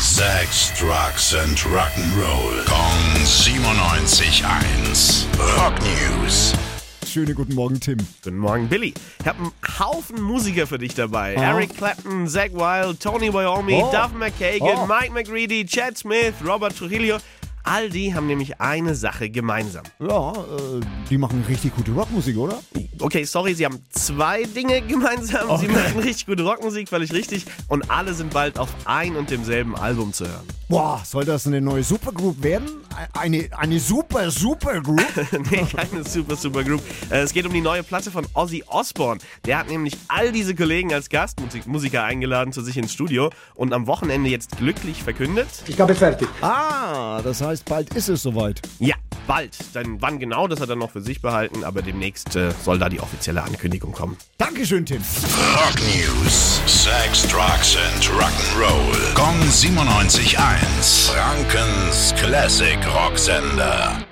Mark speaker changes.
Speaker 1: Sex, Drugs and Rock'n'Roll. Kong 97.1. Rock News.
Speaker 2: Schönen guten Morgen, Tim.
Speaker 3: Guten Morgen, Billy. Ich habe einen Haufen Musiker für dich dabei.
Speaker 2: Ah.
Speaker 3: Eric Clapton, Zach Wilde, Tony Iommi,
Speaker 2: Oh.
Speaker 3: Duff McKagan,
Speaker 2: Oh.
Speaker 3: Mike McReady, Chad Smith, Robert Trujillo. All die haben nämlich eine Sache gemeinsam.
Speaker 2: Ja, äh, die machen richtig gute Rockmusik, oder?
Speaker 3: Okay, sorry, sie haben zwei Dinge gemeinsam. Sie
Speaker 2: Okay.
Speaker 3: machen richtig gute Rockmusik, völlig richtig. Und alle sind bald auf ein und demselben Album zu hören.
Speaker 2: Boah, soll das eine neue Supergroup werden? E- Eine, eine super, super Group?
Speaker 3: nee, keine super, super Group. Äh, Es geht um die neue Platte von Ozzy Osbourne. Der hat nämlich all diese Kollegen als Gastmusiker eingeladen zu sich ins Studio und am Wochenende jetzt glücklich verkündet.
Speaker 4: Ich glaube, fertig.
Speaker 2: ah, das heißt, bald ist es soweit.
Speaker 3: Ja, bald. Dann wann genau, das hat er noch für sich behalten, aber demnächst äh, soll da die offizielle Ankündigung kommen.
Speaker 2: Dankeschön, Tim.
Speaker 1: Rock News. Sex, Drugs and Rock'n'Roll. Kong 97.1. Frankens Classic Rocksender.